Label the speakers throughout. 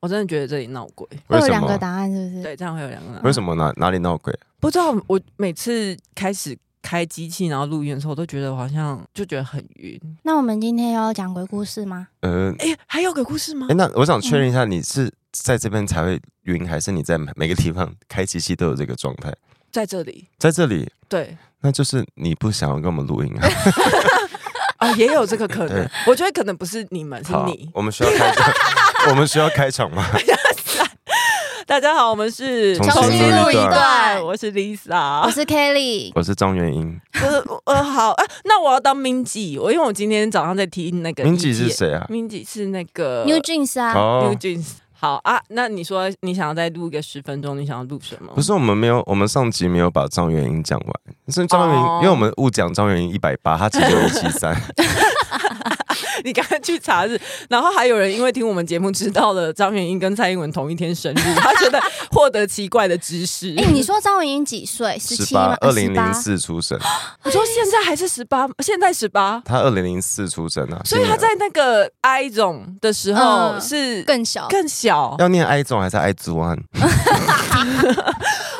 Speaker 1: 我真的觉得这里闹鬼。
Speaker 2: 为
Speaker 3: 会有
Speaker 2: 什
Speaker 3: 两
Speaker 2: 么
Speaker 3: 个？答案是不是？
Speaker 1: 对，这样会有两个人。
Speaker 2: 为什么哪哪里闹鬼？
Speaker 1: 不知道我每次开始开机器然后录音的时候，我都觉得我好像就觉得很晕。
Speaker 3: 那我们今天要讲鬼故事吗？
Speaker 2: 呃，
Speaker 1: 哎、还有鬼故事吗
Speaker 2: 哎、？那我想确认一下，你是在这边才会晕，还是你在每个地方开机器都有这个状态？
Speaker 1: 在这里，
Speaker 2: 在这里，
Speaker 1: 对
Speaker 2: 那就是你不想要跟我们录音啊？
Speaker 1: 啊、也有这个可能
Speaker 2: 对。
Speaker 1: 我觉得可能不是你 们，是
Speaker 2: 好
Speaker 1: 你，。
Speaker 2: 我们需要开 场，我们需要开场吗？
Speaker 1: 大家好，我们是
Speaker 2: 重新
Speaker 3: 新录录一一段段
Speaker 1: 我是
Speaker 3: 我
Speaker 1: Lisa。
Speaker 3: 是 Kelly，
Speaker 2: 我是张元英，
Speaker 1: 呃呃，好啊，那我要当 Minji，我因为我今天早上在听那个
Speaker 2: 明吉
Speaker 1: 意见
Speaker 2: 是谁啊？
Speaker 1: Minji 是那个
Speaker 3: New Jeans 啊，
Speaker 2: 哦
Speaker 1: New，Jeans。好啊，那你说你想要再录个十分钟，你想要录什么？
Speaker 2: 不是我们没有，我们上集没有把张元英讲完，是张元英，
Speaker 1: 哦
Speaker 2: 因为我们误讲张元英一百八，他只有一七 三，
Speaker 1: 你刚刚去查日，然后还有人因为听我们节目知道了张元英跟蔡英文同一天生日，他觉得获得奇怪的知识。
Speaker 3: 哎、你说张文英几岁？十七
Speaker 2: 八
Speaker 3: 吗？
Speaker 2: 二零零
Speaker 3: 18。
Speaker 2: 四出生，
Speaker 1: 我说现在还是十八，现在十八，
Speaker 2: 他二零零四出生啊，
Speaker 1: 所以他在那个 I 总的时候
Speaker 3: 嗯
Speaker 1: 是
Speaker 3: 更小，
Speaker 1: 更小
Speaker 2: 今年。要念哀总还是哀祖安？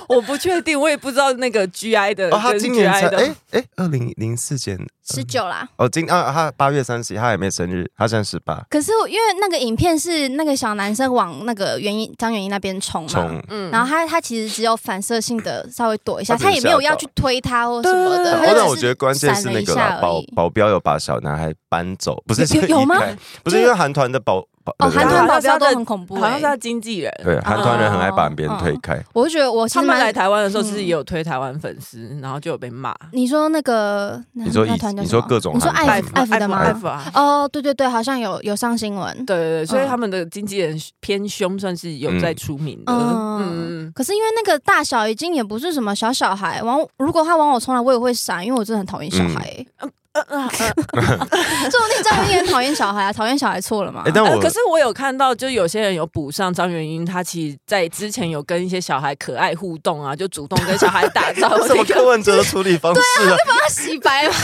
Speaker 1: 我不确定，我也不知道那个 GI 的
Speaker 2: 哦，他
Speaker 1: 跟
Speaker 2: 今年才
Speaker 1: GI 的
Speaker 2: 哎哎，二零零四减
Speaker 3: 十九啦。
Speaker 2: 哦，今啊他八月三十，他还没生日，他现在十八，
Speaker 3: 可是我因为那个影片是那个小男生往那个原因张元英那边冲嘛，
Speaker 2: 从
Speaker 1: 嗯
Speaker 3: 然后他他其实只有反射性的稍微躲一下，
Speaker 2: 他只是
Speaker 3: 他也没有要
Speaker 2: 吓到
Speaker 3: 去推他或什么
Speaker 1: 对
Speaker 3: 的。
Speaker 1: 对
Speaker 2: 哦
Speaker 3: 他
Speaker 1: 对
Speaker 3: 就
Speaker 2: 但
Speaker 3: 只
Speaker 2: 我觉得关键是那个
Speaker 3: 闪了一
Speaker 2: 啦
Speaker 3: 下
Speaker 2: 保
Speaker 3: 而已
Speaker 2: 保镖有把小男孩搬走，不是
Speaker 3: 有有有吗
Speaker 2: 移开不是
Speaker 3: 就
Speaker 2: 因为韩团的保保
Speaker 3: 哦，韩团
Speaker 1: 好
Speaker 3: 保
Speaker 1: 像是他
Speaker 3: 镖都
Speaker 1: 的
Speaker 3: 很恐怖、
Speaker 1: 好像是
Speaker 3: 欸
Speaker 1: 他。经纪人。
Speaker 2: 对韩团人很爱把
Speaker 3: 哦
Speaker 2: 别人
Speaker 3: 哦
Speaker 2: 推开，
Speaker 3: 我就觉得我其
Speaker 1: 他
Speaker 3: 实
Speaker 1: 们
Speaker 3: 蛮
Speaker 1: 来台湾
Speaker 3: 嗯
Speaker 1: 的时候，其实也有推台湾粉丝，然后就有被骂。
Speaker 3: 你说那个，那
Speaker 2: 你说
Speaker 3: 那
Speaker 2: 以
Speaker 3: 团叫
Speaker 2: 你
Speaker 3: 什么
Speaker 2: 说各种
Speaker 3: 你说
Speaker 2: 韩
Speaker 3: 爱
Speaker 2: 团
Speaker 3: 爱福的吗？
Speaker 1: 爱福啊，
Speaker 3: 哦，对对对，好像有有上新闻。
Speaker 1: 对对对，所以
Speaker 3: 嗯
Speaker 1: 他们的经纪人偏凶，算是有在出名的。
Speaker 3: 嗯
Speaker 1: 嗯，
Speaker 3: 可是因为那个大小已经也不是什么小小孩，往如果他往我冲来，我也会闪，因为我真的很讨厌小
Speaker 2: 嗯
Speaker 3: 孩、 欸。
Speaker 1: 呃呃呃
Speaker 3: 这种你这样你也很讨厌小孩啊？讨厌小孩错了吗？
Speaker 2: 哎，但
Speaker 1: 呃
Speaker 2: 我
Speaker 1: 可是我有看到，就有些人有补上张元英，她其实在之前有跟一些小孩可爱互动啊，就主动跟小孩 打招呼。
Speaker 2: 什么
Speaker 1: 这
Speaker 2: 柯
Speaker 1: 个
Speaker 2: 文哲的处理方式啊？
Speaker 3: 帮他 洗白吧。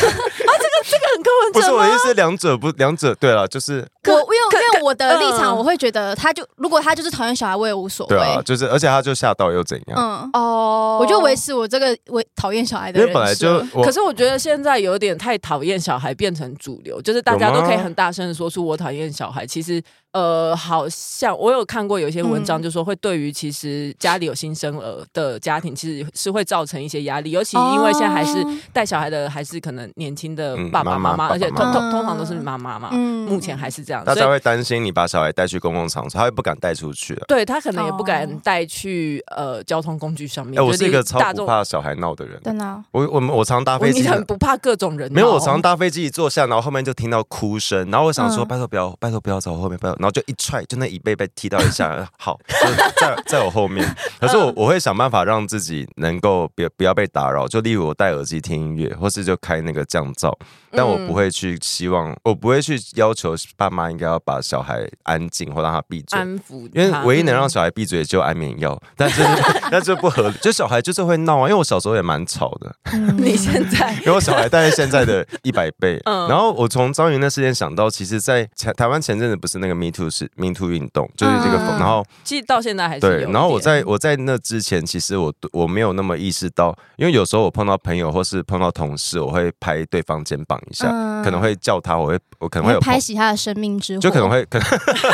Speaker 1: 很柯文
Speaker 2: 不是
Speaker 1: 哲
Speaker 2: 我
Speaker 1: 吗
Speaker 2: 的意？思，两者不两者对了，就是
Speaker 3: 我
Speaker 1: 可
Speaker 3: 因为
Speaker 1: 可
Speaker 3: 因为我的立
Speaker 1: 嗯
Speaker 3: 场，我会觉得他就如果他就是讨厌小孩，我也无所谓。
Speaker 2: 对啊，就是而且他就吓到又怎样？
Speaker 3: 嗯，
Speaker 1: 哦
Speaker 3: 我就维。持我这个我讨厌小孩的
Speaker 2: 因
Speaker 3: 人
Speaker 2: 为
Speaker 3: 设。
Speaker 2: 本来就我
Speaker 1: 可是我觉得现在有点太讨厌小孩变成主流，就是大家
Speaker 2: 有吗
Speaker 1: 都可以很大声的说出我讨厌小孩。其实，呃，好像我有看过有一些文章，
Speaker 3: 嗯
Speaker 1: 就说会对于其实家里有新生儿的家庭，其实是会造成一些压力，尤其因为现在还是
Speaker 3: 哦
Speaker 1: 带小孩的还是可能年轻的
Speaker 2: 嗯
Speaker 1: 爸爸妈
Speaker 2: 妈妈
Speaker 1: 妈，而且
Speaker 2: 爸
Speaker 1: 通
Speaker 2: 爸
Speaker 3: 妈
Speaker 1: 通
Speaker 3: 妈
Speaker 1: 通常都是妈妈嘛，
Speaker 3: 嗯
Speaker 1: 目前还是这样，
Speaker 2: 大
Speaker 1: 所
Speaker 2: 家
Speaker 1: 以
Speaker 2: 会担心你把小孩带去公共场所，他会不敢带出去啊了。
Speaker 1: 对他可能也不敢
Speaker 3: 哦
Speaker 1: 带去呃交通工具上面。
Speaker 2: 哎，我
Speaker 1: 就是
Speaker 2: 一个
Speaker 1: 大
Speaker 2: 超不
Speaker 1: 众，
Speaker 2: 怕小孩闹的人，
Speaker 3: 真的啊、
Speaker 2: 我我我常搭
Speaker 1: 我
Speaker 2: 飞
Speaker 1: 你
Speaker 2: 机。
Speaker 1: 很不怕各种人哦，
Speaker 2: 没有，我常搭飞机一坐下，然后后面就听到哭声，然后我想说，
Speaker 3: 嗯
Speaker 2: 拜托不要，拜托不要走我后面，拜托，然后就一踹，就那椅背被踢到一下， 好，就在在我后面。可是我
Speaker 1: 嗯
Speaker 2: 我会想办法让自己能够别不要被打扰，就例如我戴耳机听音乐，或是就开那个降噪，但我
Speaker 1: 嗯
Speaker 2: 不会去希望，我不会去要求爸妈应该要把小孩安静或让他闭嘴。
Speaker 1: 安抚他，
Speaker 2: 因为唯一能让
Speaker 1: 嗯
Speaker 2: 小孩闭嘴就安眠药， 但就是那就不合理，就小孩就是会闹啊。因为我小时候也蛮吵的，
Speaker 3: 嗯
Speaker 1: 你现在
Speaker 2: 因为我小孩大概现 在的一百倍。
Speaker 1: 嗯
Speaker 2: 然后我从张云那事件想到，其实，在前台湾前阵子不是那个 Me Too 是 Me Too 运动，就是这个风。
Speaker 3: 嗯
Speaker 2: 然后
Speaker 1: 其实到现在还是有
Speaker 2: 对，
Speaker 1: 一
Speaker 2: 然后我
Speaker 1: 点
Speaker 2: 在我在那之前，其实我我没有那么意识到，因为有时候我碰到朋友或是碰到同事，我会拍对方肩膀一下，
Speaker 3: 嗯
Speaker 2: 可能会叫他，我会我可
Speaker 3: 你
Speaker 2: 能会
Speaker 3: 会
Speaker 2: 有
Speaker 3: 拍熄他的生命之火，
Speaker 2: 就可能会可能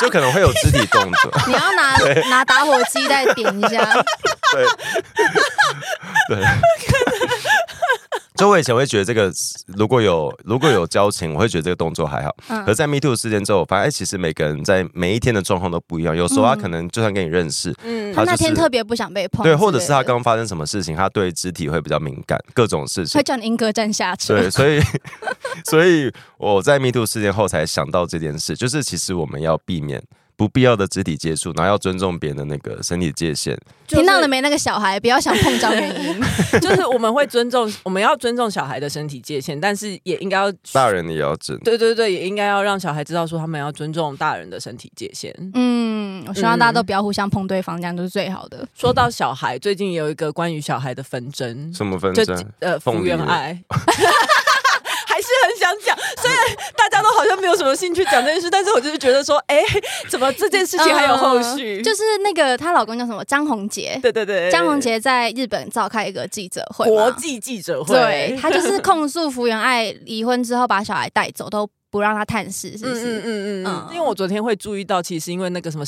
Speaker 2: 就可能会有肢体动作。
Speaker 3: 你要 拿拿打火机 再点一下，
Speaker 2: 对对。就我以前会觉得这个如果有如果有交情，我会觉得这个动作还好。
Speaker 3: 嗯
Speaker 2: 可是在 Me Too 事件之后，我发现、哎，其实每个人在每一天的状况都不一样。有时候他
Speaker 3: 嗯
Speaker 2: 可能就算跟你认识，
Speaker 1: 嗯
Speaker 3: 他
Speaker 2: 他
Speaker 3: 那
Speaker 2: 就是
Speaker 3: 天特别不想被碰之类
Speaker 2: 对，
Speaker 3: 的，
Speaker 2: 或者是他刚发生什么事情，他对肢体会比较敏感，各种事情
Speaker 3: 会。叫你英哥站下车，
Speaker 2: 对，所以 所以我在 Me Too 事件后才想到这件事，就是其实我们要避免不必要的肢体接触，然后要尊重别人的那个身体界限。
Speaker 1: 就是
Speaker 3: 听到了没？那个小孩不要想碰张元 英，
Speaker 1: 就是我们会尊重，我们要尊重小孩的身体界限，但是也应该要
Speaker 2: 大人也要尊，
Speaker 1: 对对对，也应该要让小孩知道说他们要尊重大人的身体界限。
Speaker 3: 嗯，我希望大家都不要互相碰对方，这样就是最好的。
Speaker 1: 说到小孩，最近也有一个关于小孩的纷争，
Speaker 2: 什么纷
Speaker 1: 就
Speaker 2: 争？
Speaker 1: 呃
Speaker 2: 凤梨
Speaker 1: 福原
Speaker 2: 了
Speaker 1: 爱。 还是很想讲，虽然大家都好像没有什么兴趣讲这件事，但是我就是觉得说，哎、怎么这件事情还有后续？
Speaker 3: 嗯就是那个她老公叫什么？张宏杰。
Speaker 1: 对对对，
Speaker 3: 张宏杰在日本召开一个记者会嘛，
Speaker 1: 国际记者会，嗯
Speaker 3: 对他就是控诉福原爱离婚之后把小孩带走，都不让他探视，是不
Speaker 1: 嗯嗯
Speaker 3: 是？
Speaker 1: 嗯嗯嗯
Speaker 3: 嗯，
Speaker 1: 因为我昨天会注意到，其实因为那个什么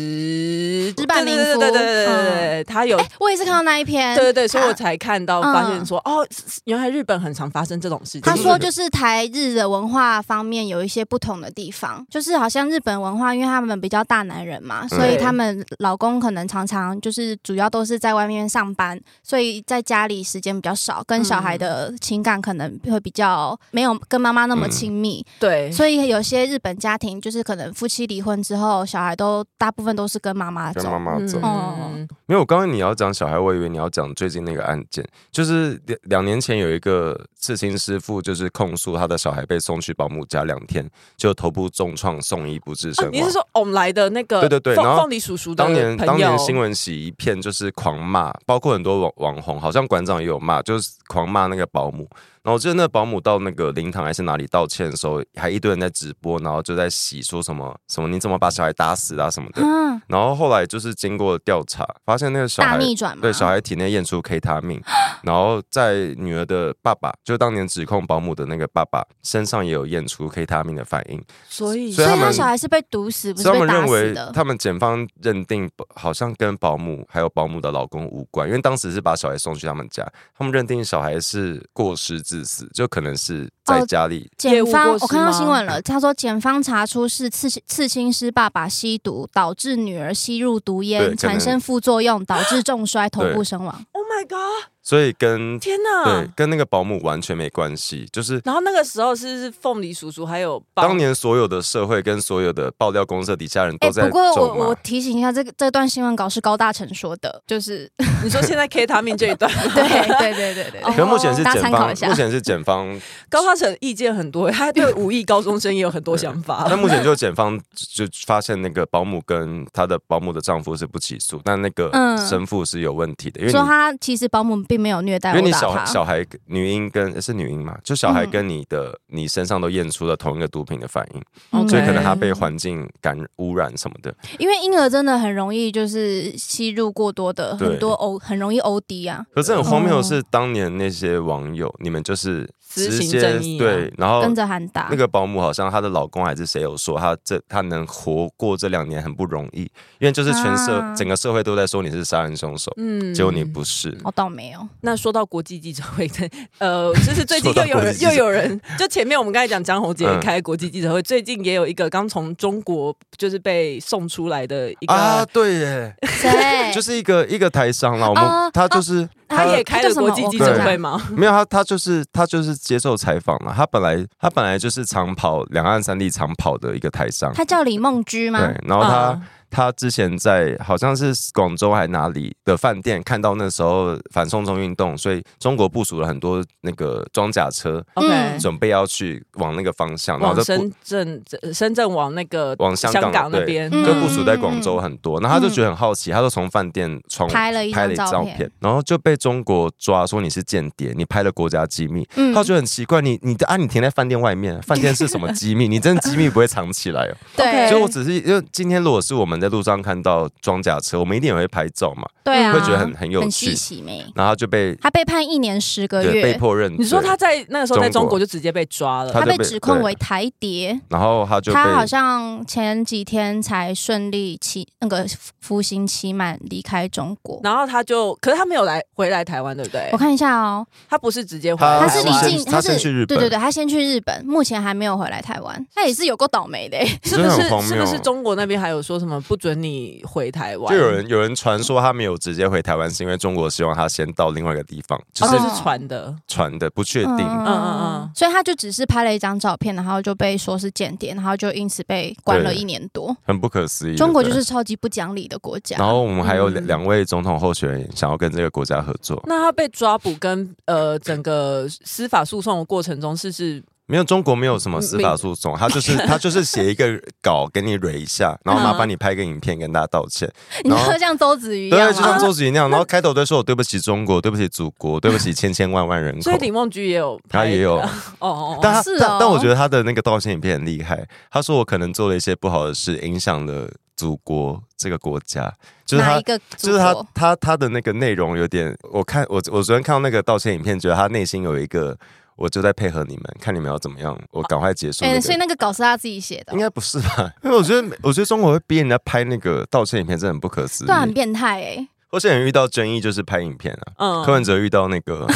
Speaker 1: 石
Speaker 3: 石板民夫
Speaker 1: 对对对对对对对，他有。
Speaker 3: 哎我也是看到那一篇，
Speaker 1: 嗯对对对，所以我
Speaker 3: 他
Speaker 1: 才看到
Speaker 3: 嗯
Speaker 1: 发现说，哦，原来日本很常发生这种事情。
Speaker 3: 他说，就是台日的文化方面有一些不同的地方，就是好像日本文化，因为他们比较大男人嘛，所以他们老公可能常常就是主要都是在外面上班，所以在家里时间比较少，跟小
Speaker 2: 嗯
Speaker 3: 孩的情感可能会比较没有跟妈妈那么
Speaker 2: 嗯
Speaker 3: 亲密，
Speaker 1: 对，
Speaker 3: 所以有些日本家庭就是可能夫妻离婚之后，小孩都大部分都是跟妈妈
Speaker 2: 跟
Speaker 3: 走
Speaker 2: 妈。妈走。
Speaker 3: 嗯
Speaker 2: 没有，我刚刚你要讲小孩，我以为你要讲最近那个案件，就是两两年前有一个刺青师傅，就是控诉他的小孩被送去保姆家两天，就头部重创，送医不治身
Speaker 1: 啊
Speaker 2: 亡。
Speaker 1: 你是说我们来的那个
Speaker 2: 对对对
Speaker 1: 凤
Speaker 2: 然后
Speaker 1: 凤梨叔叔的
Speaker 2: 当年
Speaker 1: 朋
Speaker 2: 当
Speaker 1: 友
Speaker 2: 年新闻洗一片，就是狂骂，包括很多网网红，好像馆长也有骂，就是狂骂那个保姆。然后我记得那保姆到那个灵堂还是哪里道歉的时候，还一堆人在直播，然后就在洗说什么什么你怎么把小孩打死啊什么的。
Speaker 3: 嗯，
Speaker 2: 然后后来就是经过调查，发现那个小
Speaker 3: 大
Speaker 2: 孩
Speaker 3: 逆转嘛，
Speaker 2: 对小孩体内验出 K 他命，然后在女儿的爸爸，就当年指控保姆的那个爸爸身上也有验出 K 他命的反应。
Speaker 1: 所以
Speaker 2: 所
Speaker 3: 所
Speaker 2: 以
Speaker 3: 以
Speaker 2: 他们
Speaker 3: 他小孩是被毒死，不
Speaker 2: 所
Speaker 3: 是
Speaker 2: 以他
Speaker 3: 被
Speaker 2: 们
Speaker 3: 打
Speaker 2: 认
Speaker 3: 死
Speaker 2: 为
Speaker 3: 的，。
Speaker 2: 他们检方认定好像跟保姆还有保姆的老公无关，因为当时是把小孩送去他们家，他们认定小孩是过失致死，就可能是
Speaker 3: 哦
Speaker 2: 在家里。
Speaker 1: 业
Speaker 3: 检
Speaker 1: 务
Speaker 3: 方
Speaker 1: 过，失
Speaker 3: 我看到
Speaker 1: 吗
Speaker 3: 新闻了，他说检方查出是刺青刺青师爸爸吸毒，导致女儿吸入毒
Speaker 2: 对
Speaker 3: 烟，
Speaker 2: 可能
Speaker 3: 产生副作用，导致重摔，头部身亡。
Speaker 1: ，Oh my God，
Speaker 2: 所以跟
Speaker 1: 天
Speaker 2: 对
Speaker 1: 哪！
Speaker 2: 跟那个保姆完全没关系，就是。
Speaker 1: 然后那个时候是是凤梨叔叔还有保
Speaker 2: 当年所有的社会跟所有的爆料公社底下人都在
Speaker 3: 哎不过
Speaker 2: 咒
Speaker 3: 我
Speaker 2: 骂
Speaker 3: 我，提醒一下，这个这段新闻稿是高大成说的，就是
Speaker 1: 你说 现在 K 他命这一段，
Speaker 3: 对对对对对
Speaker 1: 哦
Speaker 2: 可是目前是
Speaker 3: 大家
Speaker 2: 检
Speaker 3: 参
Speaker 2: 方，
Speaker 3: 考一下
Speaker 2: 目前是检方
Speaker 1: 高发成意见很多，他对五亿高中生也有很多想法。
Speaker 2: 那目前就检方就就发现那个保姆跟她的保姆的丈夫是不起诉，但那个
Speaker 3: 嗯
Speaker 2: 神父是有问题的，因为
Speaker 3: 说
Speaker 2: 你
Speaker 3: 他其实保姆并没有虐待
Speaker 2: 因为
Speaker 3: 殴
Speaker 2: 你
Speaker 3: 打
Speaker 2: 小孩
Speaker 3: 他。
Speaker 2: 小孩女婴跟是女婴嘛，就小孩
Speaker 3: 嗯
Speaker 2: 跟你的、你身上都验出了同一个毒品的反应，
Speaker 3: 嗯
Speaker 2: 所以可能
Speaker 3: 对
Speaker 2: 她被环境感染污染什么的。
Speaker 3: 因为婴儿真的很容易就是吸入过多的
Speaker 2: 对
Speaker 3: 很多殴，很容易 OD 啊，
Speaker 2: 可是很荒谬的是
Speaker 3: 哦，
Speaker 2: 当年那些网友，你们就是
Speaker 1: 执
Speaker 2: 直
Speaker 1: 行
Speaker 2: 接
Speaker 1: 正义啊
Speaker 2: 对，然后
Speaker 3: 跟着喊打
Speaker 2: 哦那。个保姆好像她的老公还是谁有说，她这她能活过这两年很不容易，因为就是全社、
Speaker 3: 啊
Speaker 2: 整个社会都在说你是杀人凶手，
Speaker 1: 嗯
Speaker 2: 结果你不是。
Speaker 3: 我哦倒没有，
Speaker 1: 那说到国际记者会， 呃，就是最近又有人
Speaker 2: 说到国际记者
Speaker 1: 又
Speaker 2: 会
Speaker 1: 有人，就前面我们刚才讲张宏杰
Speaker 2: 嗯
Speaker 1: 开国际记者会，最近也有一个刚从中国就是被送出来的一个，
Speaker 2: 啊，对耶，
Speaker 3: 谁
Speaker 2: 就是一个一个台商啦，我们、
Speaker 3: 哎哦
Speaker 2: 他就是、
Speaker 1: 他也
Speaker 3: 他
Speaker 1: 开
Speaker 3: 叫
Speaker 1: 了
Speaker 3: 什么
Speaker 1: 国际记者会吗？
Speaker 2: 没有他，他就是他就是接受采访嘛，他本来他本来就是长跑两岸三地长跑的一个台商，
Speaker 3: 他叫李梦居
Speaker 2: 对
Speaker 3: 吗？，哦
Speaker 2: 然后他、
Speaker 1: 嗯
Speaker 2: 他之前在好像是广州还哪里的饭店看到那时候反送中运动，所以中国部署了很多那个装甲车，
Speaker 1: OK，
Speaker 3: 嗯
Speaker 2: 准备要去往那个方向，然
Speaker 1: 往
Speaker 2: 后就不
Speaker 1: 深圳，呃深圳往那个
Speaker 2: 往香港
Speaker 1: 那
Speaker 2: 对
Speaker 1: 边，
Speaker 3: 嗯
Speaker 2: 就部署在广州很多，那他就觉得很好奇，他就从饭店窗
Speaker 3: 拍了一张
Speaker 2: 一
Speaker 3: 照
Speaker 2: 照
Speaker 3: 片
Speaker 2: 片，然后就被中国抓说你是间谍，你拍了国家机密，
Speaker 3: 嗯
Speaker 2: 他觉得很奇怪，你你的啊你停在饭 店外面，饭店是什么机密？你真的机密不会藏起来哦？
Speaker 3: 对，
Speaker 1: OK
Speaker 2: 所以我只是因为今天如果是我们在路上看到装甲车，我们一定也会拍照嘛，
Speaker 3: 对啊，
Speaker 2: 会觉得很很有
Speaker 3: 很
Speaker 2: 趣
Speaker 3: 稀。奇没。
Speaker 2: 然后他就被
Speaker 3: 他被判一年十个
Speaker 2: 对被
Speaker 3: 月，
Speaker 2: 迫认罪，
Speaker 1: 嗯你说他在那个时候在中国就直接被抓了，
Speaker 2: 他
Speaker 3: 他被
Speaker 2: 就被
Speaker 3: 指控
Speaker 2: 对
Speaker 3: 为台谍。
Speaker 2: 然后他就被
Speaker 3: 他好像前几天才顺利期那个服刑期满离开中国。
Speaker 1: 然后他就，可是他没有来回来台湾，对不对
Speaker 3: 我？看一下哦，
Speaker 1: 他不是直接回
Speaker 2: 他
Speaker 1: 来
Speaker 3: 他
Speaker 1: 台
Speaker 3: 是
Speaker 1: 湾，
Speaker 3: 离
Speaker 2: 先
Speaker 3: 境，
Speaker 2: 他
Speaker 3: 他
Speaker 2: 先
Speaker 3: 是
Speaker 2: 去日本
Speaker 3: 对对对，他先去日本，目前还没有回来台湾。他也是有够倒霉的欸、
Speaker 1: 是不
Speaker 2: 真的很
Speaker 1: 是
Speaker 2: 荒
Speaker 1: 是不
Speaker 2: 谬
Speaker 1: 是中国那边还有说什么不准你回台湾？
Speaker 2: 就有
Speaker 3: 哦
Speaker 2: 人有人传说他没有直接回台湾，是因为中国希望他先到另外一个地方，就
Speaker 1: 哦，
Speaker 2: 是
Speaker 1: 这
Speaker 3: 哦
Speaker 1: 是传的，
Speaker 2: 传的不确定。
Speaker 1: 嗯嗯嗯
Speaker 3: 欸所以他就只是拍了一张照片，然后就被说是间谍，然后就因此被关了
Speaker 2: 对
Speaker 3: 一年多。
Speaker 2: 很不可思议。
Speaker 3: 中国
Speaker 2: 对
Speaker 3: 就
Speaker 2: 不对
Speaker 3: 是。超级不讲理的国家。
Speaker 2: 然后我们还有两
Speaker 1: 嗯
Speaker 2: 两位总统候选人想要跟这个国家合作，
Speaker 1: 那他被抓捕跟呃整个司法诉讼的过程中，是是
Speaker 2: 没有中国没有什么司法
Speaker 1: 嗯
Speaker 2: 诉讼，他就是他就是写一个稿给你蕊一下，
Speaker 3: 嗯
Speaker 2: 然后麻烦你拍个影片跟大家道歉，
Speaker 3: 你
Speaker 2: 然
Speaker 3: 说
Speaker 2: 后
Speaker 3: 像周子瑜一
Speaker 2: 对，
Speaker 3: 样啊
Speaker 2: 就
Speaker 3: 吗？
Speaker 2: 像周子瑜那样，然后开头都说我对不起中国，对不起祖
Speaker 3: 嗯
Speaker 2: 国，对不起千千万万人口
Speaker 1: 所以，李梦菊也有拍，
Speaker 2: 他也有
Speaker 1: 哦，哦
Speaker 2: 但
Speaker 1: 哦，
Speaker 2: 他
Speaker 3: 是
Speaker 2: 但
Speaker 3: 哦
Speaker 2: 但我觉得他的那个道歉影片很厉害，他说我可能做了一些不好的事，影响了祖国这个国家，就是
Speaker 3: 哪
Speaker 2: 他
Speaker 3: 一个祖
Speaker 2: 就是他
Speaker 3: 国？
Speaker 2: 他他的那个内容有点，我看我我昨天看到那个道歉影片，觉得他内心有一个，我就在配合你们，看你们要怎么样，我赶快结束、那
Speaker 3: 哎、
Speaker 2: 个
Speaker 3: 所以那个稿是他自己写的哦
Speaker 2: 应，该不是吧？ 因为我 觉得我觉得中国会逼人家拍那个道歉影片，真的很不可思议
Speaker 3: 对啊，。很变态哎、
Speaker 2: 或是有人遇到争议就是拍影片啊。
Speaker 1: 嗯
Speaker 2: 柯文哲遇到那 个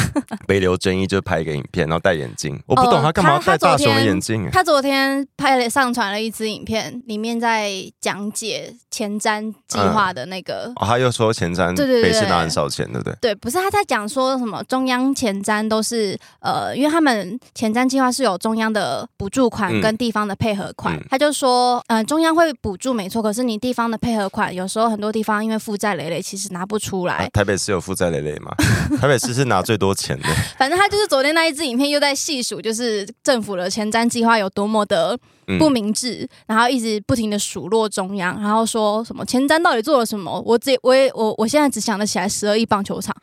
Speaker 2: 北流争议，就拍一个影片，然后戴眼镜。我不懂
Speaker 3: 哦
Speaker 2: 他干嘛要
Speaker 3: 他
Speaker 2: 戴
Speaker 3: 他
Speaker 2: 大
Speaker 3: 昨
Speaker 2: 熊的
Speaker 3: 天
Speaker 2: 眼镜、欸
Speaker 3: 他昨天拍了上传了一支影片，里面在讲解前瞻计
Speaker 2: 嗯
Speaker 3: 划的那个。
Speaker 2: 哦，他又说前瞻
Speaker 3: 对对对
Speaker 2: 北市拿很少钱，对不对？
Speaker 3: 对，不是他在讲说什么中央前瞻都是呃，因为他们前瞻计划是有中央的补助款
Speaker 2: 嗯
Speaker 3: 跟地方的配合款，
Speaker 2: 嗯
Speaker 3: 他就说，呃，中央会补助没错，可是你地方的配合款有时候很多地方因为负债累累，其实拿不出来
Speaker 2: 啊。台北市有负债累累 嘛？台北市是拿最多钱的。
Speaker 3: 反正他就是昨天那一支影片又在细数，就是政府的前瞻计划有多么的
Speaker 2: 嗯
Speaker 3: 不明智，嗯然后一直不停的数落中央，然后说什么前瞻到底做了什么？我只我也我我现在只想得起来十二亿棒球场，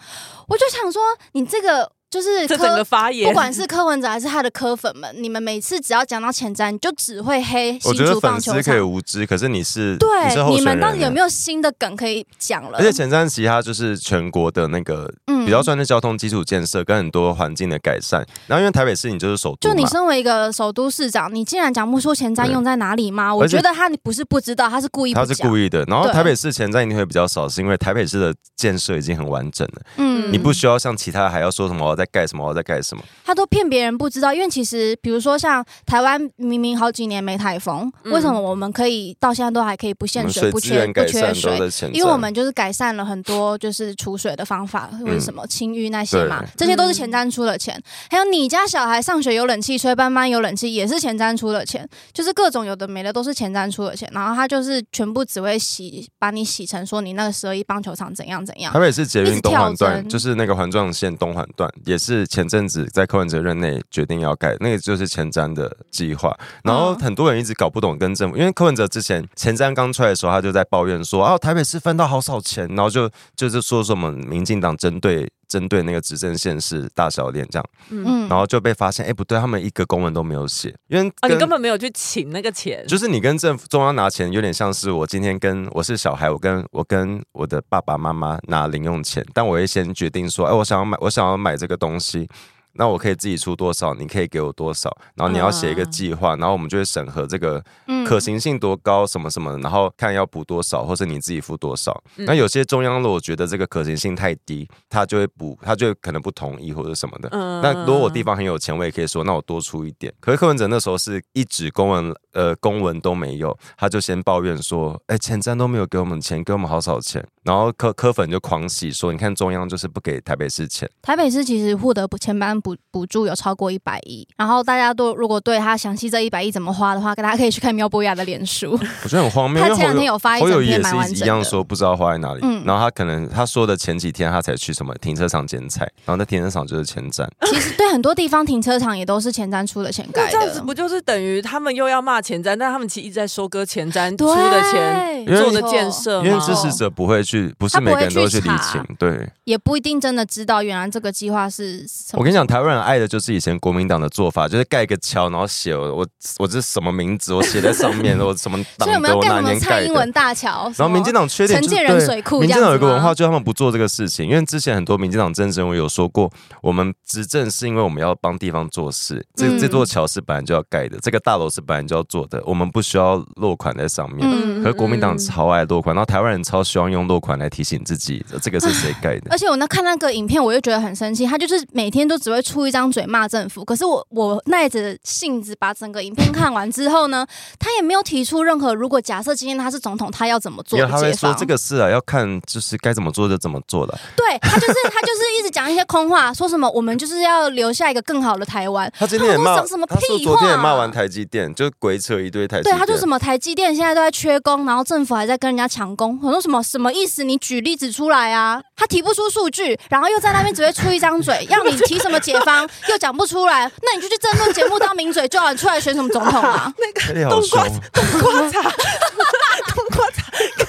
Speaker 3: 我就想说你这个就是
Speaker 1: 这整个
Speaker 3: 科。
Speaker 1: 发言，
Speaker 3: 不管是柯文哲还是他的科粉们，你们每次只要讲到前瞻，你就只会黑
Speaker 2: 我
Speaker 3: 新
Speaker 2: 觉得
Speaker 3: 竹
Speaker 2: 粉
Speaker 3: 棒球
Speaker 2: 丝可以
Speaker 3: 场。
Speaker 2: 无知，可是你是你是
Speaker 3: 对，
Speaker 2: 候
Speaker 3: 你
Speaker 2: 选
Speaker 3: 们
Speaker 2: 人、
Speaker 3: 到底有没
Speaker 2: 有？
Speaker 3: 有新的梗可以讲了？
Speaker 2: 而且前瞻其他就是全国的那个
Speaker 3: 嗯
Speaker 2: 比较算是交通基础建设跟很多环境的改善。然后因为台北市你就是首都
Speaker 3: 就
Speaker 2: 嘛，
Speaker 3: 你身为一个首都市长，你竟然讲不出前瞻
Speaker 2: 对
Speaker 3: 用在哪里吗？我
Speaker 2: 而且
Speaker 3: 觉得他不是不知道，他是故意
Speaker 2: 他
Speaker 3: 不
Speaker 2: 是
Speaker 3: 讲。
Speaker 2: 故意的。然后
Speaker 3: 对
Speaker 2: 台北市前瞻一定会比较少，是因为台北市的建设已经很完整了，
Speaker 3: 嗯
Speaker 2: 你不需要像其他还要说什么我要在盖什么我要在盖什么。
Speaker 3: 他都骗别人不知道，因为其实比如说像台湾明明好几年没台风，
Speaker 1: 嗯
Speaker 3: 为什么我们可以到现在都还可以不
Speaker 2: 我
Speaker 3: 限
Speaker 2: 们
Speaker 3: 水、
Speaker 2: 水
Speaker 3: 不
Speaker 2: 资
Speaker 3: 缺
Speaker 2: 源
Speaker 3: 不
Speaker 2: 改善
Speaker 3: 缺
Speaker 2: 都
Speaker 3: 水？
Speaker 2: 在前瞻，
Speaker 3: 因为我们就是改善了很多就是储水的方法或者什么清淤那些嘛
Speaker 2: 对，
Speaker 3: 这些
Speaker 1: 嗯
Speaker 3: 都是前瞻出的钱。还有你家小孩上学有冷气吹，班班有冷气也是前瞻出的钱，就是各种有的没的都是前瞻出的钱。然后他就是全部只会洗，把你洗成说你那个十二亿棒球场怎样怎样
Speaker 2: 台。北市捷运东环
Speaker 3: 一直跳
Speaker 2: 段，
Speaker 3: 针
Speaker 2: 就是那个环状线东环段，也是前阵子在柯文哲任内决定要盖，那个就是前瞻的计划。然后
Speaker 3: 嗯
Speaker 2: 很多人一直搞不懂跟政府，因为柯文哲之前前瞻刚出来的时候，他就在抱怨说啊，台北市分到好少钱，然后就就是说什么民进党针对针对那个执政县市大小脸这样，
Speaker 3: 嗯哦
Speaker 2: 然后就被发现，哎，不对，他们一个公文都没有写，因为
Speaker 1: 啊，
Speaker 2: 跟
Speaker 1: 你根本没有去请那个钱，
Speaker 2: 就是你跟政府中央拿钱，有点像是我今天跟我是小孩，我跟我跟我的爸爸妈妈拿零用钱，但我会先决定说，哎，我想要买，我想要买这个东西，那我可以自己出多少，你可以给我多少，然后你要写一个计划，然后我们就会审核这个
Speaker 3: 嗯
Speaker 2: 可行性多高，什么什么，然后看要补多少，或是你自己付多少。那有些中央如果觉得这个可行性太低，他就会补，他就可能不同意或者什么的。
Speaker 1: 嗯
Speaker 2: 那如果我地方很有钱，我也可以说，那我多出一点。可是柯文哲那时候是一纸公文，呃，公文都没有，他就先抱怨说，哎、前瞻都没有给我们钱，给我们好少钱。然后柯柯粉就狂喜说，你看中央就是不给台北市钱，
Speaker 3: 台北市其实获得补前班补补助有超过一百亿，然后大家都如果对他详细这一百亿怎么花的话，大家可以去看喵波亚的脸书，
Speaker 2: 我觉得很荒谬。
Speaker 3: 他
Speaker 2: 因为
Speaker 3: 前
Speaker 2: 侯
Speaker 3: 两
Speaker 2: 友
Speaker 3: 天有发一
Speaker 2: 侯
Speaker 3: 整
Speaker 2: 友谊
Speaker 3: 篇
Speaker 2: 也
Speaker 3: 蛮
Speaker 2: 是
Speaker 3: 完
Speaker 2: 一
Speaker 3: 整
Speaker 2: 样
Speaker 3: 的。
Speaker 2: 说不知道花在哪里，
Speaker 3: 嗯
Speaker 2: 然后他可能他说的前几天他才去什么停车场剪彩，然后那停车场就是前瞻。
Speaker 3: 其实对很多地方停车场也都是前瞻出的钱
Speaker 1: 那
Speaker 3: 盖
Speaker 1: 这样子
Speaker 3: 的，
Speaker 1: 不就是等于他们又要骂前瞻，但他们其实一直在收割前瞻
Speaker 3: 对
Speaker 1: 出的钱、
Speaker 2: 因为
Speaker 1: 做的建设嘛，
Speaker 2: 因为支持者不会去，不是每个人都去理
Speaker 3: 他不
Speaker 2: 清
Speaker 3: 会。
Speaker 2: 对
Speaker 3: 也不一定真的知道原来这个计划是什么。
Speaker 2: 我跟你讲，台湾人爱的就是以前国民党的做法，就是盖一个桥，然后写我我我这是什么名字，我写在上 面，我什么党
Speaker 3: 所以我们
Speaker 2: 的，
Speaker 3: 要
Speaker 2: 我
Speaker 3: 盖
Speaker 2: 哪
Speaker 3: 什么
Speaker 2: 年
Speaker 3: 蔡
Speaker 2: 盖
Speaker 3: 英
Speaker 2: 的
Speaker 3: 文。大桥？
Speaker 2: 然后民进
Speaker 3: 进
Speaker 2: 党缺点
Speaker 3: 陈
Speaker 2: 就是
Speaker 3: 建仁
Speaker 2: 对
Speaker 3: 水库
Speaker 2: 民进
Speaker 3: 这
Speaker 2: 党
Speaker 3: 样
Speaker 2: 有一
Speaker 3: 子
Speaker 2: 个文
Speaker 3: 吗
Speaker 2: 化，就是他们不做这个事情。因为之前很多民进党政治人物有说过，我们执政是因为我们要帮地方做事，这、这
Speaker 3: 嗯
Speaker 2: 座桥是本来就要盖的，这个大楼是本来就要做的，我们不需要落款在上面。
Speaker 3: 嗯
Speaker 2: 可是国民党超爱落款，然后台湾人超希望用落款来提醒自己，这个是谁盖的
Speaker 3: 而。且我那看那个影片，我就觉得很生气。他就是每天都只会出一张嘴骂政府，可是我我耐着性子把整个影片看完之后呢，他也没有提出任何如果假设今天他是总统，他要怎么做
Speaker 2: 因
Speaker 3: 的
Speaker 2: 为他会
Speaker 3: 解
Speaker 2: 说
Speaker 3: 放。
Speaker 2: 这个事啊，要看就是该怎么做就怎么做了。
Speaker 3: 对他就是他就是一直讲一些空话，说什么我们就是要留下一个更好的台湾。
Speaker 2: 他今天也
Speaker 3: 他
Speaker 2: 骂，
Speaker 3: 说什么
Speaker 2: 他说
Speaker 3: 屁
Speaker 2: 昨天也
Speaker 3: 话啊
Speaker 2: 骂完台积电，就鬼扯一堆台积
Speaker 3: 对，
Speaker 2: 电。
Speaker 3: 他就什么台积电现在都在缺工，然后政府还在跟人家抢工，我说什么什么意思？你举例子出来啊！他提不出数据，然后又在那边只会出一张 嘴，让你提什么解方又讲不出来，那你就去争论节目当名嘴就好，你出来选什么总统啊？
Speaker 2: 那你好
Speaker 1: 冬瓜
Speaker 2: 凶
Speaker 1: 冬瓜 茶，冬瓜茶可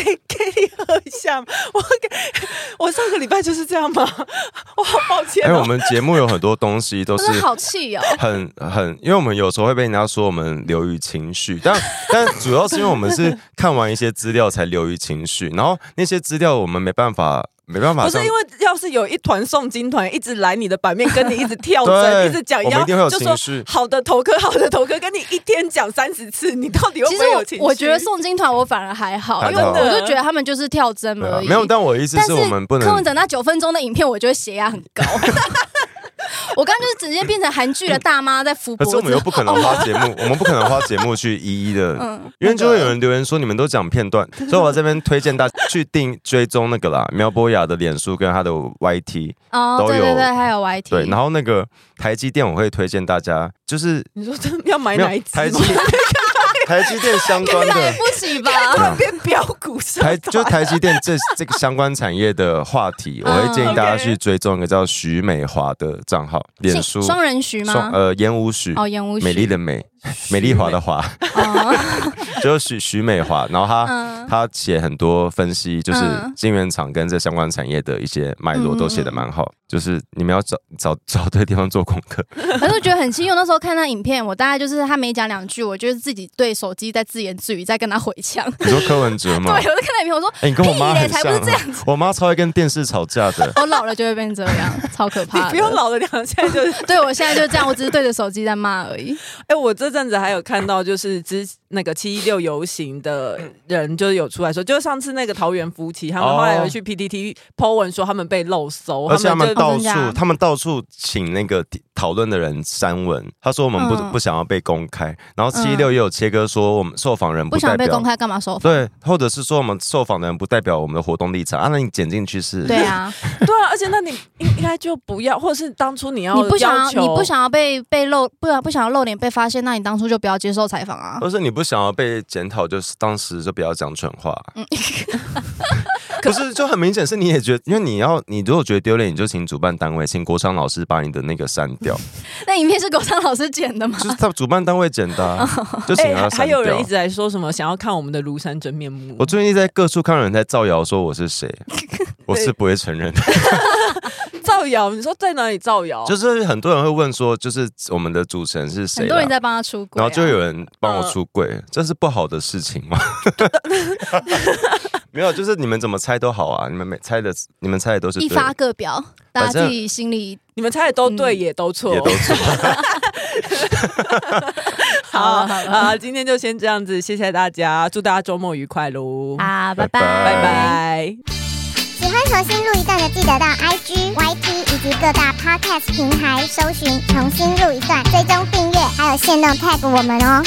Speaker 1: 以可以可以喝一下吗？我给我上个礼拜就是这样吗？ 我好抱歉
Speaker 2: 因为
Speaker 1: 哦、
Speaker 2: 哎我们节目有很多东西都
Speaker 3: 我
Speaker 2: 是
Speaker 3: 真的 好 气哦！
Speaker 2: 很很，因为我们有时候会被人家说我们流于情绪，但 但主要是因为我们是看完一些资料才流于情绪，然后那些资料我们没办法没办法
Speaker 1: 不
Speaker 2: 像
Speaker 1: 是因为要是有一团诵经团一直来你的版面，跟你一直跳针，
Speaker 2: 对
Speaker 1: 一直讲，
Speaker 2: 我们
Speaker 1: 要
Speaker 2: 一定会有
Speaker 1: 就
Speaker 2: 情
Speaker 1: 说
Speaker 2: 绪
Speaker 1: 好的头科，好的头科，跟你一天讲三十次，你到底会
Speaker 3: 其
Speaker 1: 不
Speaker 3: 实
Speaker 1: 会有情绪？
Speaker 3: 我我觉得诵经团我反而还好，
Speaker 2: 还
Speaker 3: 因为
Speaker 2: 好
Speaker 3: 我就觉得他们就是跳针
Speaker 2: 对啊
Speaker 3: 而已。
Speaker 2: 没有，但我的意思
Speaker 3: 但
Speaker 2: 是我们不
Speaker 3: 柯
Speaker 2: 能
Speaker 3: 文哲那九分钟的影片，我觉得血压很 高。我刚刚就是直接变成韩剧的大妈在扶脖
Speaker 2: 可
Speaker 3: 子，
Speaker 2: 是我们又不可能花节目，我们不可能花节目去一一的，
Speaker 3: 嗯
Speaker 2: 因为就会有人留言说你们都讲片段，所以我在这边推荐大家去订追踪那个啦，苗博雅的脸书跟他的 YT，
Speaker 3: 哦，
Speaker 2: 都
Speaker 3: 对对
Speaker 2: 有
Speaker 3: 对，还有 YT，
Speaker 2: 对，然后那个台积电我会推荐大家，就是
Speaker 1: 你说真的要买
Speaker 2: 没
Speaker 1: 哪一
Speaker 2: 有
Speaker 1: 支
Speaker 2: 台 积
Speaker 1: 吗？
Speaker 2: 台积电相关
Speaker 3: 那 也
Speaker 2: 的。
Speaker 3: 不行吧？
Speaker 1: 突然变标股社
Speaker 2: 台
Speaker 1: 团，
Speaker 2: 就台积电这这个相关产业的话题，我会建议大家去追踪一个叫徐美华的账号，脸书
Speaker 3: 姓双人徐
Speaker 2: 双
Speaker 3: 吗？
Speaker 2: 呃烟无许，
Speaker 3: 哦，演武
Speaker 2: 美丽的美， 美丽华的华，
Speaker 3: 哦，
Speaker 2: 就是许许美华，然后她
Speaker 3: 嗯，
Speaker 2: 他写很多分析，就是
Speaker 3: 嗯
Speaker 2: 晶圆厂跟这相关产业的一些脉络都写的蛮
Speaker 3: 嗯
Speaker 2: 好。就是你们要找找找对地方做功 课，
Speaker 3: 可是我觉得很气，因为我那时候看他影片，我大概就是他每讲两句，我就是自己对手机在自言自语，在跟他回呛。
Speaker 2: 你说柯文哲
Speaker 3: 对，
Speaker 2: 吗
Speaker 3: 我？就看那影片，我说
Speaker 2: 哎、你跟我妈
Speaker 3: 屁嘞
Speaker 2: 很像
Speaker 3: 才不是这。
Speaker 2: 啊、我妈超爱跟电视吵架的
Speaker 3: 我老了就会变这 样，超 可
Speaker 1: 你
Speaker 3: 怕
Speaker 1: 不用
Speaker 3: 的。
Speaker 1: 老了，你好现在就是
Speaker 3: 对，我现在就这样，我只是对着手机在骂 而已。
Speaker 1: 哎、我这阵子还有看到，就是之那个七一六游行的人，就是有出来说，就是上次那个桃园夫妻，他们
Speaker 2: 哦
Speaker 1: 后来有去 PTT po 文说他们被漏搜，
Speaker 2: 而且他们
Speaker 1: 就
Speaker 2: 到
Speaker 3: 真的
Speaker 2: 处
Speaker 3: 啊，
Speaker 2: 他们到处请那个讨论的人删文。他说我们不、
Speaker 3: 嗯
Speaker 2: 不想要被公开。然后七六也有切割说，我们受访人
Speaker 3: 不
Speaker 2: 不
Speaker 3: 想
Speaker 2: 代
Speaker 3: 被
Speaker 2: 表
Speaker 3: 公开干嘛
Speaker 1: 哦
Speaker 3: 收费？
Speaker 2: 对，或者是说我们受访的人不代表我们的活动立场啊。那你剪进去是
Speaker 3: 对 啊，
Speaker 1: 对啊，而且那你应应该就不要，或者是当初你要
Speaker 3: 你不想要，
Speaker 1: 要求
Speaker 3: 你不想要被被露，不然不想要露脸被发现，那你当初就不要接受采访啊。
Speaker 2: 而是你不想要被检讨，就是当时就不要讲蠢话。
Speaker 1: 嗯
Speaker 2: 可是就很明显是你也觉得，因为你要你如果觉得丢脸，你就请主办单位，请国昌老师把你的那个删 掉，
Speaker 3: 那影片是狗昌老师剪的吗？
Speaker 2: 就是他主办单位剪的啊、 就请
Speaker 1: 哎、
Speaker 2: 他
Speaker 1: 还还
Speaker 2: 删
Speaker 1: 有人
Speaker 2: 掉
Speaker 1: 一。直在说什么想要看我们的庐山真面目，
Speaker 2: 我最近在各处看到有人在造谣说我 是谁，我是不会承认的。
Speaker 1: 造谣，你说在哪里造谣？
Speaker 2: 就是很多人会问说，就是我们的主持人是谁
Speaker 3: 很
Speaker 2: 啦，
Speaker 3: 多人在帮他出轨
Speaker 2: 然
Speaker 3: 啊、
Speaker 2: 后就有人帮我出柜，这是不好的事情吗？ 没有，就是你们怎么猜都好啊，你们每猜的，你们猜的都是
Speaker 3: 一
Speaker 2: 对的
Speaker 3: 发各表，大
Speaker 2: 反正
Speaker 3: 家自己心里
Speaker 1: 你们猜的都对，
Speaker 3: 嗯
Speaker 1: 也都错
Speaker 2: 也，都错。
Speaker 1: 好
Speaker 3: 好
Speaker 1: 啊
Speaker 3: 了好了
Speaker 1: 啊！今天就先这样子，谢谢大家，祝大家周末愉快喽，
Speaker 3: 啊，拜
Speaker 2: 拜
Speaker 3: 拜
Speaker 1: 拜拜。
Speaker 4: 喜欢重新录一段的，记得到 IG、YT 以及各大 Podcast 平台搜寻“重新录一段”，追踪订阅，还有限定 tag 我们哦。